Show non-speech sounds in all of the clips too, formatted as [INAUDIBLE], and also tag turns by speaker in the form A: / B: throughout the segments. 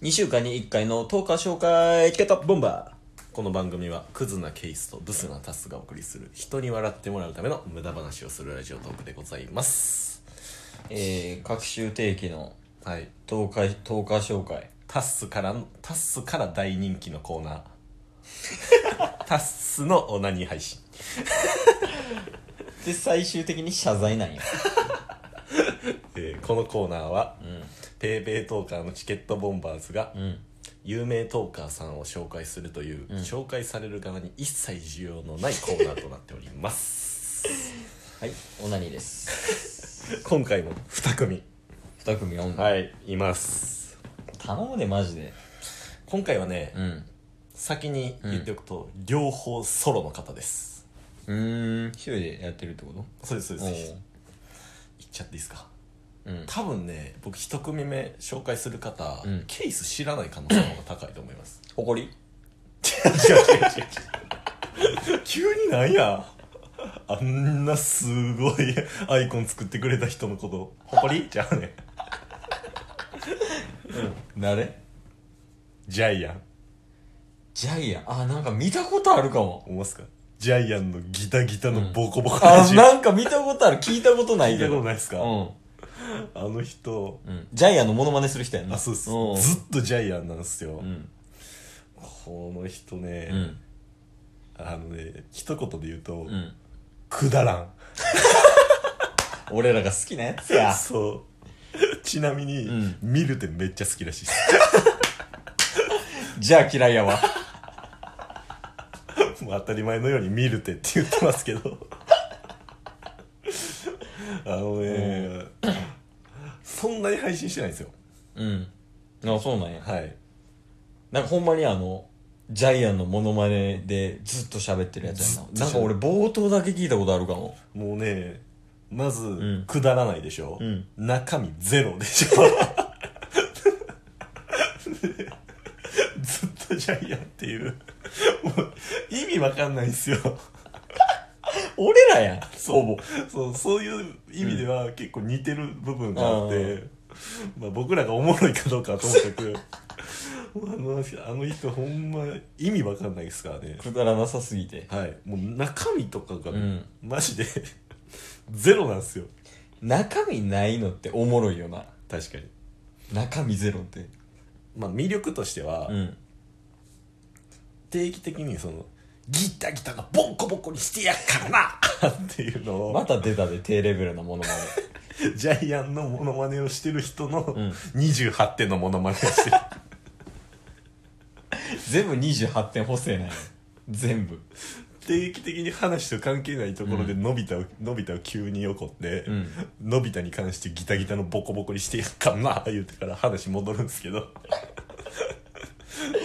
A: 2週間に1回の10日紹介チケットボンバーこの番組はクズなケースとブスなタスがお送りする人に笑ってもらうための無駄話をするラジオトークでございます
B: えー、各週定期の
A: はい
B: 10日 ,10 日紹介
A: タッスからのタッスから大人気のコー [LAUGHS] ナータッスのオナニー配信
B: で最終的に謝罪なんや
A: えーこのコーナーは、
B: ん
A: ペーペートーカーのチケットボンバーズが、
B: うん
A: 有名トーカーさんを紹介するという、紹介される側に一切需要のないコーナーとなっております [LAUGHS]
B: はいオナニーです
A: 今回も2組
B: 2組4、
A: はいいます
B: 頼むでマジで
A: 今回はね、
B: うん
A: 先に言っておくと、両方ソロの方です
B: うーん一人でやってるってこと
A: そうですそう
B: お
A: です
B: う
A: 言っちゃっていいですか
B: うん
A: 多分ね僕一組目紹介する方、
B: うん
A: ケース知らない可能性の方が高いと思います
B: 誇り
A: 違う違う違う違う急になんやあんなすごいアイコン作ってくれた人のこと誇りじゃうね
B: 誰
A: ジャイアン
B: ジャイアンあなんか見たことあるかも
A: 思いますかジャイアンのギタギタのボコボコ
B: あ
A: 味、
B: なんか見たことある聞いたことない
A: 聞い
B: け
A: たこと
B: ど
A: ないですか、あの人
B: うん、うん、ジャイアンのモノマネする人やんな
A: あそうです
B: ん
A: ずっとジャイアンなんですよ、
B: うん
A: この人ね、
B: うん
A: あのね一言で言うと、
B: うん
A: くだらん
B: 俺らが好きなやつや
A: [LAUGHS] そう [LAUGHS] ちなみに、
B: うん
A: 見るってめっちゃ好きらしいです
B: じゃあ嫌いやわ
A: [LAUGHS] もう当たり前のように「見るて」って言ってますけど [LAUGHS] あのね、そんなに配信してないんですよ
B: うんあそうなんや
A: はい
B: なんかほんまにあの、ジャイアンのモノマネでずっと喋ってるやつや
A: ずっと喋る
B: な。なんか俺冒頭だけ聞いたことあるかも。
A: もうねまず、
B: ん
A: くだらないでしょ、
B: うん
A: 中身ゼロでしょでずっとジャイアンっていうもう意味わかんないんですよ
B: 俺らやん。
A: そうそうそういう意味では結構似てる部分があって、まあ、僕らがおもろいかどうかはともかくあのあの人ほんま意味わかんないですからね
B: くだらなさすぎて。
A: はいもう中身とかが、
B: うん
A: マジで [LAUGHS] ゼロなんですよ
B: 中身ないのっておもろいよな。
A: 確かに
B: 中身ゼロって。
A: まあ魅力としては、
B: うん。
A: 定期的にそのギタギタがボンコボコにしてやっからなっていうのを、
B: また出たで、低レベルなモノマ
A: ジャイアンのモノマネをしてる人の
B: ん
A: 28点のモノマネをしてる
B: ネ。 [LAUGHS] 全部28点補正なんや。全部。
A: 定期的に話と関係ないところでのび太を、のび太を急に怒って、
B: ん
A: のび太に関してギタギタのボコボコにしてやっかんな言うてから話戻るんですけどっ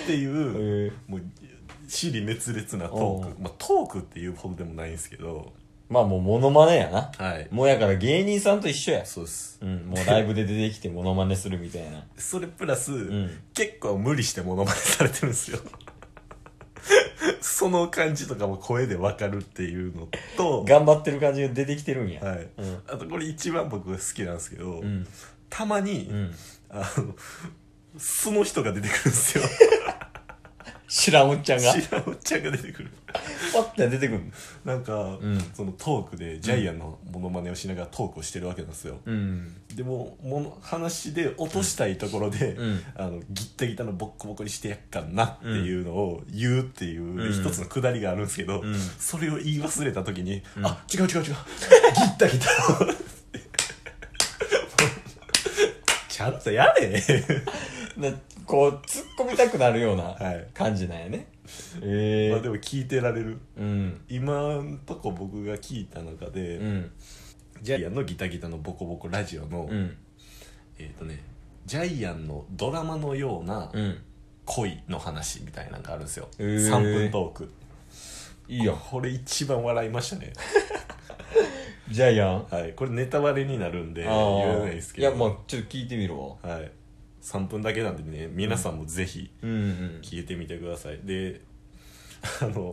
A: ていう、
B: えー
A: もう尻滅裂なトーク、まあ、トークっていうほどでもないんですけど
B: まあもうモノマネやな。
A: はい
B: もうやから芸人さんと一緒や。
A: そうです
B: うん。もうライブで出てきてモノマネするみたいな。
A: それプラス、
B: ん
A: 結構無理してモノマネされてるんですよその感じとかも声でわかるっていうのと
B: 頑張ってる感じが出てきてるんや。
A: はい
B: うん
A: あとこれ一番僕が好きなんですけど、
B: うん。
A: たまに、
B: うん。
A: あの素の人が出てくるんですよ
B: 知らんおっちゃ [LAUGHS] んが。
A: 知らんおっちゃんが出てくる
B: パッて出てくる
A: なんか、
B: うん
A: そのトークでジャイアンのモノマネをしながらトークをしてるわけなんですよ、
B: うん
A: でももの話で落としたいところで、
B: うんうん
A: あのギッタギタのボッコボコにしてやっかんなっていうのを言うっていう、
B: ん
A: 一つのくだりがあるんですけど、
B: うん
A: それを言い忘れた時に「
B: ん
A: あ違う違う違う [LAUGHS] ギッタギタ」ちゃんとやれ
B: なこう突っ込みたくなるような
A: はい
B: 感じなんやね、ええ
A: まあでも聞いてられる
B: うん
A: 今んとこ僕が聞いた中で、
B: うん
A: ジャイアンのギタギタのボコボコラジオの、
B: うん
A: えっ、とねジャイアンのドラマのような
B: うん
A: 恋の話みたいなのがあるんですよ、
B: へー
A: 3分トーク
B: いいやん
A: これ一番笑いましたね
B: ジャイアン
A: はいこれネタバレになるんで言
B: あー
A: わないですけど
B: いやまあちょっと聞いてみろ
A: はい、3分だけなんでね皆さんもぜひ
B: うんうん
A: 聞いてみてください、で
B: [COUGHS]
A: あの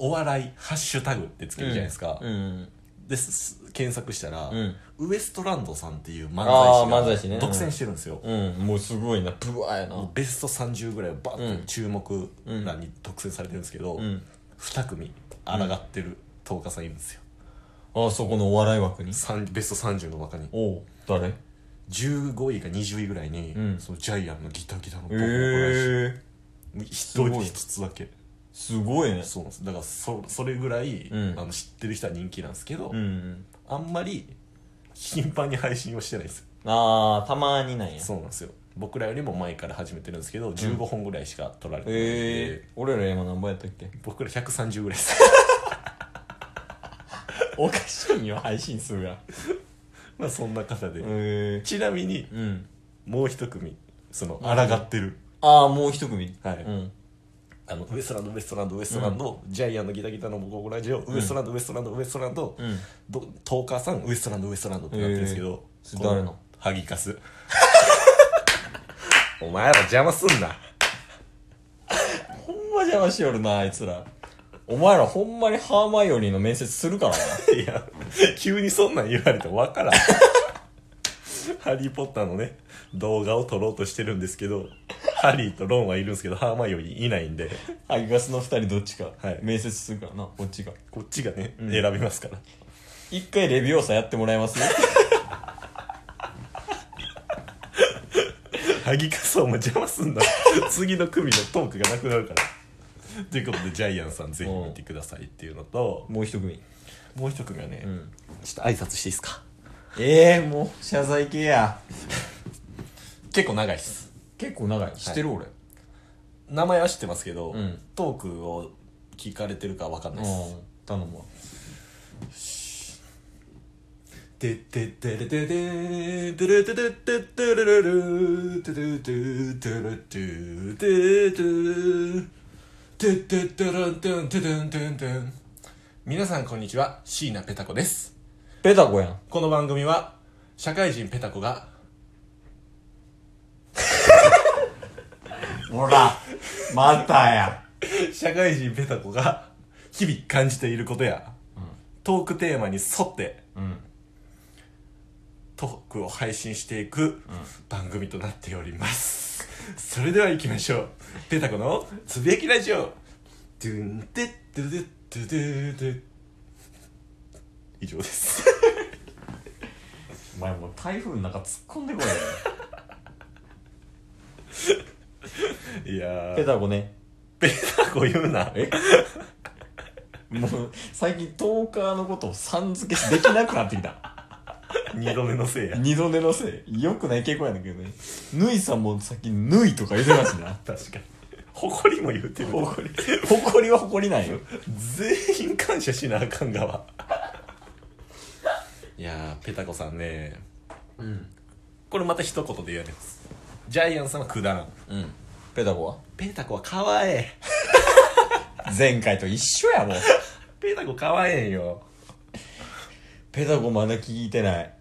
A: お笑いハッシュタグってつけるじゃないですか、
B: うん
A: です検索したら、
B: うん
A: ウエストランドさんっていう漫
B: あー漫
A: 才
B: 才
A: 師
B: 師
A: が
B: ね
A: 独占してるんですよ、
B: うんもうすごいなブワーやな
A: ベスト30ぐらいをバッ
B: う
A: と
B: ん
A: 注目欄に特選されてるんですけど、
B: うん
A: 2組抗ってる10日さんいるんですよ
B: あそこのお笑い枠に
A: さんベスト30の中に
B: おう誰
A: 15位か20位ぐらいに、
B: うん
A: そのジャイアンのギタギタのボコボコら
B: ええ
A: しい一人で一つだけ
B: すごいね
A: そうなんですだからそそれぐらい、
B: うん
A: あの知ってる人は人気なんですけど、
B: うん
A: あんまり頻繁に配信をしてないです
B: ああたまになんや
A: そうなんですよ僕らよりも前から始めてるんですけど15本ぐらいしか撮られてないんで、
B: ええ俺ら今何本やったっけ
A: 僕ら130ぐらいです
B: [LAUGHS] おかしいよ配信数が
A: まあそんな方で、
B: ええ
A: ちなみに
B: うん
A: もう一組その
B: うん
A: 抗ってる、
B: ああもう一組
A: はい
B: うん
A: あのウエストランドウエストランドウエストランド、ジャイアンのギタギタの僕ラジオ、ウエストランドウエストランドウエストランド、
B: うん
A: どトーカーさんウエストランドウエストランドってなってるんですけど、
B: えーそれ誰の
A: こハギカス [LAUGHS] お前ら邪魔すんな
B: ほんま邪魔しよるなあいつらお前らほんまにハーマイオニーの面接する [LAUGHS] からない
A: や急にそんなん言われてもわからんハリー・ポッターのね動画を撮ろうとしてるんですけどハリーとロンはいるんですけどハーマイオニーいないんで
B: ハギガスの二人どっちか、
A: はい
B: 面接するからなこっちが
A: こっちがね、
B: うん
A: 選びますから
B: 一回レビューさやってもらえます
A: ハギカスをも邪魔すんな次の組のトークがなくなるからということでジャイアンさんぜひ見てくださいっていうのと
B: [LAUGHS] もう一組
A: もう一組はね、
B: ん
A: ちょっと挨拶していいですか
B: ええもう謝罪系や
A: 結構長いっす
B: 結構長い知ってる、俺
A: 名前は知ってますけど、
B: うん
A: トークを聞かれてるかわかんないっす
B: 頼むわ
A: てってってれてててれててててれれるててててれててててててらんてんててんてんてん皆さんこんにちは椎名ペタ子です
B: ペタコやん
A: この番組は社会人ペタ子が
B: ほらまたや
A: 社会人ペタ子が日々感じていることや、トークテーマに沿って
B: [LAUGHS] うん
A: トークを配信していく番組となっております、それでは行きましょうペタコのつぶやきラジオドゥンテッドゥドゥドゥドゥドゥ以上です
B: [LAUGHS] お前もう台風の中突っ込んでこいよ
A: いやー
B: ペタコね
A: ペタコ言うな
B: えもう最近トーカーのことをさん付けできなくなってきた
A: 二度目のせいや
B: 二度寝のせいよくない傾向やねんけどねぬいさんもさっきぬいとか言ってましたしな
A: 確かに誇りも言うてる
B: 誇り誇りは誇りないよ
A: 全員感謝しなあかんがわいやーペタコさんね
B: うん
A: これまた一言で言われますジャイアンさんはくだらん
B: うんペタコは
A: ペタコはかわええ
B: 前回と一緒やもう
A: ペタコかわええんよ
B: ペタコまだ聞いてない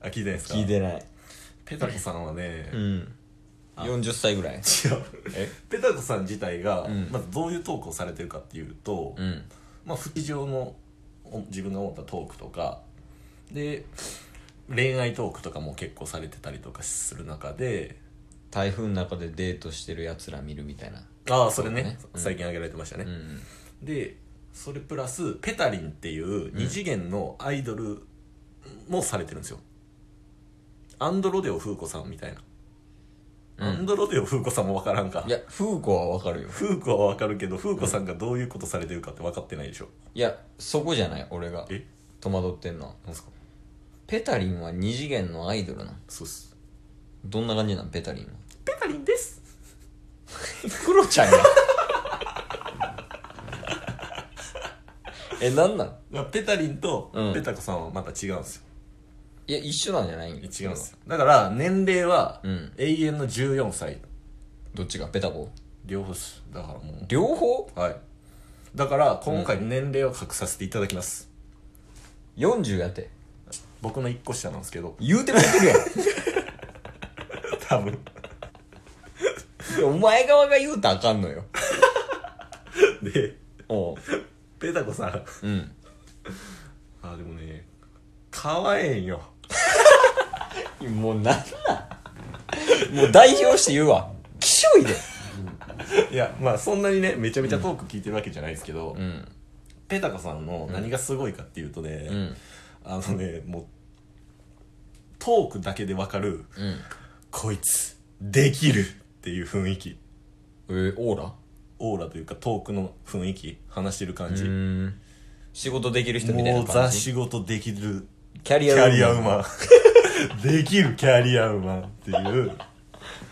A: あ聞いてないですか
B: 聞いてない
A: ペタコさんはね、
B: ん40歳ぐらい
A: 違う
B: え
A: ペタコさん自体が、
B: うん
A: まずどういうトークをされてるかっていうと、
B: うん
A: まあ日常のお自分が思ったトークとかで恋愛トークとかも結構されてたりとかする中で
B: 台風の中でデートしてるやつら見るみたいな
A: ああそれ
B: そ
A: ね
B: うだねうん
A: 最近挙げられてましたね、
B: うん
A: でそれプラスペタリンっていう二次元のアイドルもされてるんですよ、アンドロデオ風子さんみたいな、
B: うん
A: アンドロデオ風子さんも分からんか
B: いや風子はわかるよ
A: 風子は分かるけど風子さんがどういうことされてるかって分かってないでしょ、
B: いやそこじゃない俺が
A: え
B: 戸惑ってんのは
A: なんすか
B: ペタリンは二次元のアイドルなん
A: そうっす
B: どんな感じなんペタリンは
A: ペタリンです
B: クロちゃんやえなんなん
A: ペタリンと
B: うん
A: ペタコさんはまた違うんですよ、
B: いや一緒なんじゃないん
A: 違うんですよだから年齢は
B: うん
A: 永遠の14歳
B: どっちがペタコ
A: 両方っすだからも
B: 両方
A: うはいだから今回年齢を隠させていただきます、
B: 40やって
A: 僕の一個下なんですけど [LAUGHS]
B: 言うても言ってるやん
A: 多 [LAUGHS] 分
B: いや [LAUGHS] お前側が言うたらあかんのよ。
A: で
B: おう。
A: ペタコさん
B: うん。
A: あでもね買わえんよ
B: もうなんなんもう代表して言うわきしょいで
A: [LAUGHS] いやまあそんなにねめちゃめちゃトーク聞いてるわけじゃないですけど、
B: うん
A: ペタコさんの何がすごいかっていうとね、
B: うん
A: あのねもうトークだけでわかる
B: うん
A: こいつできるっていう雰囲気
B: えー、オーラ
A: オーラというかトークの雰囲気話してる感じ、
B: うん仕事できる人みたい
A: も
B: な
A: うザ
B: 感じ
A: 仕事できる
B: キャ
A: キ
B: リア
A: ャ
B: ウ
A: リアウ
B: マン
A: マン [LAUGHS] できるキャリアウマンっていう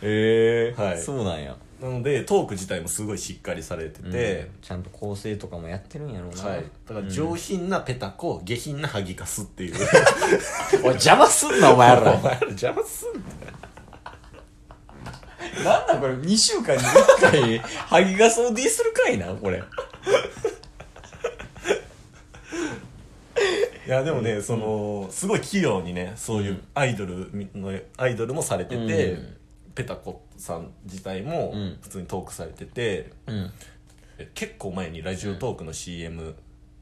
B: ええー
A: はい
B: そうなんや
A: なのでトーク自体もすごいしっかりされてて、
B: うんちゃんと構成とかもやってるんやろうな、
A: はい、だから上品なペタコ、下品なハギカスっ
B: [LAUGHS]
A: ていう
B: おい邪魔すんなお前ら
A: お前ら邪魔すん
B: なんだこれ2週間に1回ハギガスをディスるかいなこれ
A: いやでもね、そのすごい器用にねそういうアイドルのアイドルもされてて、
B: うん
A: ペタコさん自体も
B: うん
A: 普通にトークされてて、
B: うん
A: え結構前にラジオトークの CM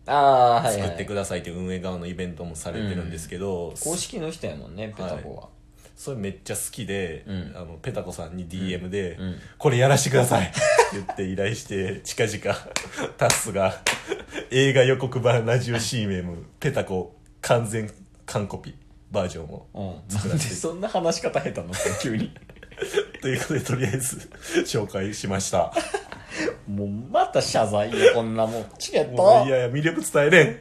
B: ああはい、は
A: 作
B: い、
A: ってくださいっていう運営側のイベントもされてるんですけど、
B: 公式の人やもんねペタコは、
A: それめっちゃ好きで、
B: うん
A: あのペタコさんに DM で、
B: うん
A: これやらしてください」って言って依頼して近々タスが映画予告版ラジオ CM ペタコ完全完コピバージョンを
B: うん、なんでそんな話し方下手なの急に
A: ということでとりあえず紹介しました
B: もうまた謝罪よこんなもんチケット
A: もういやいや魅力伝えれん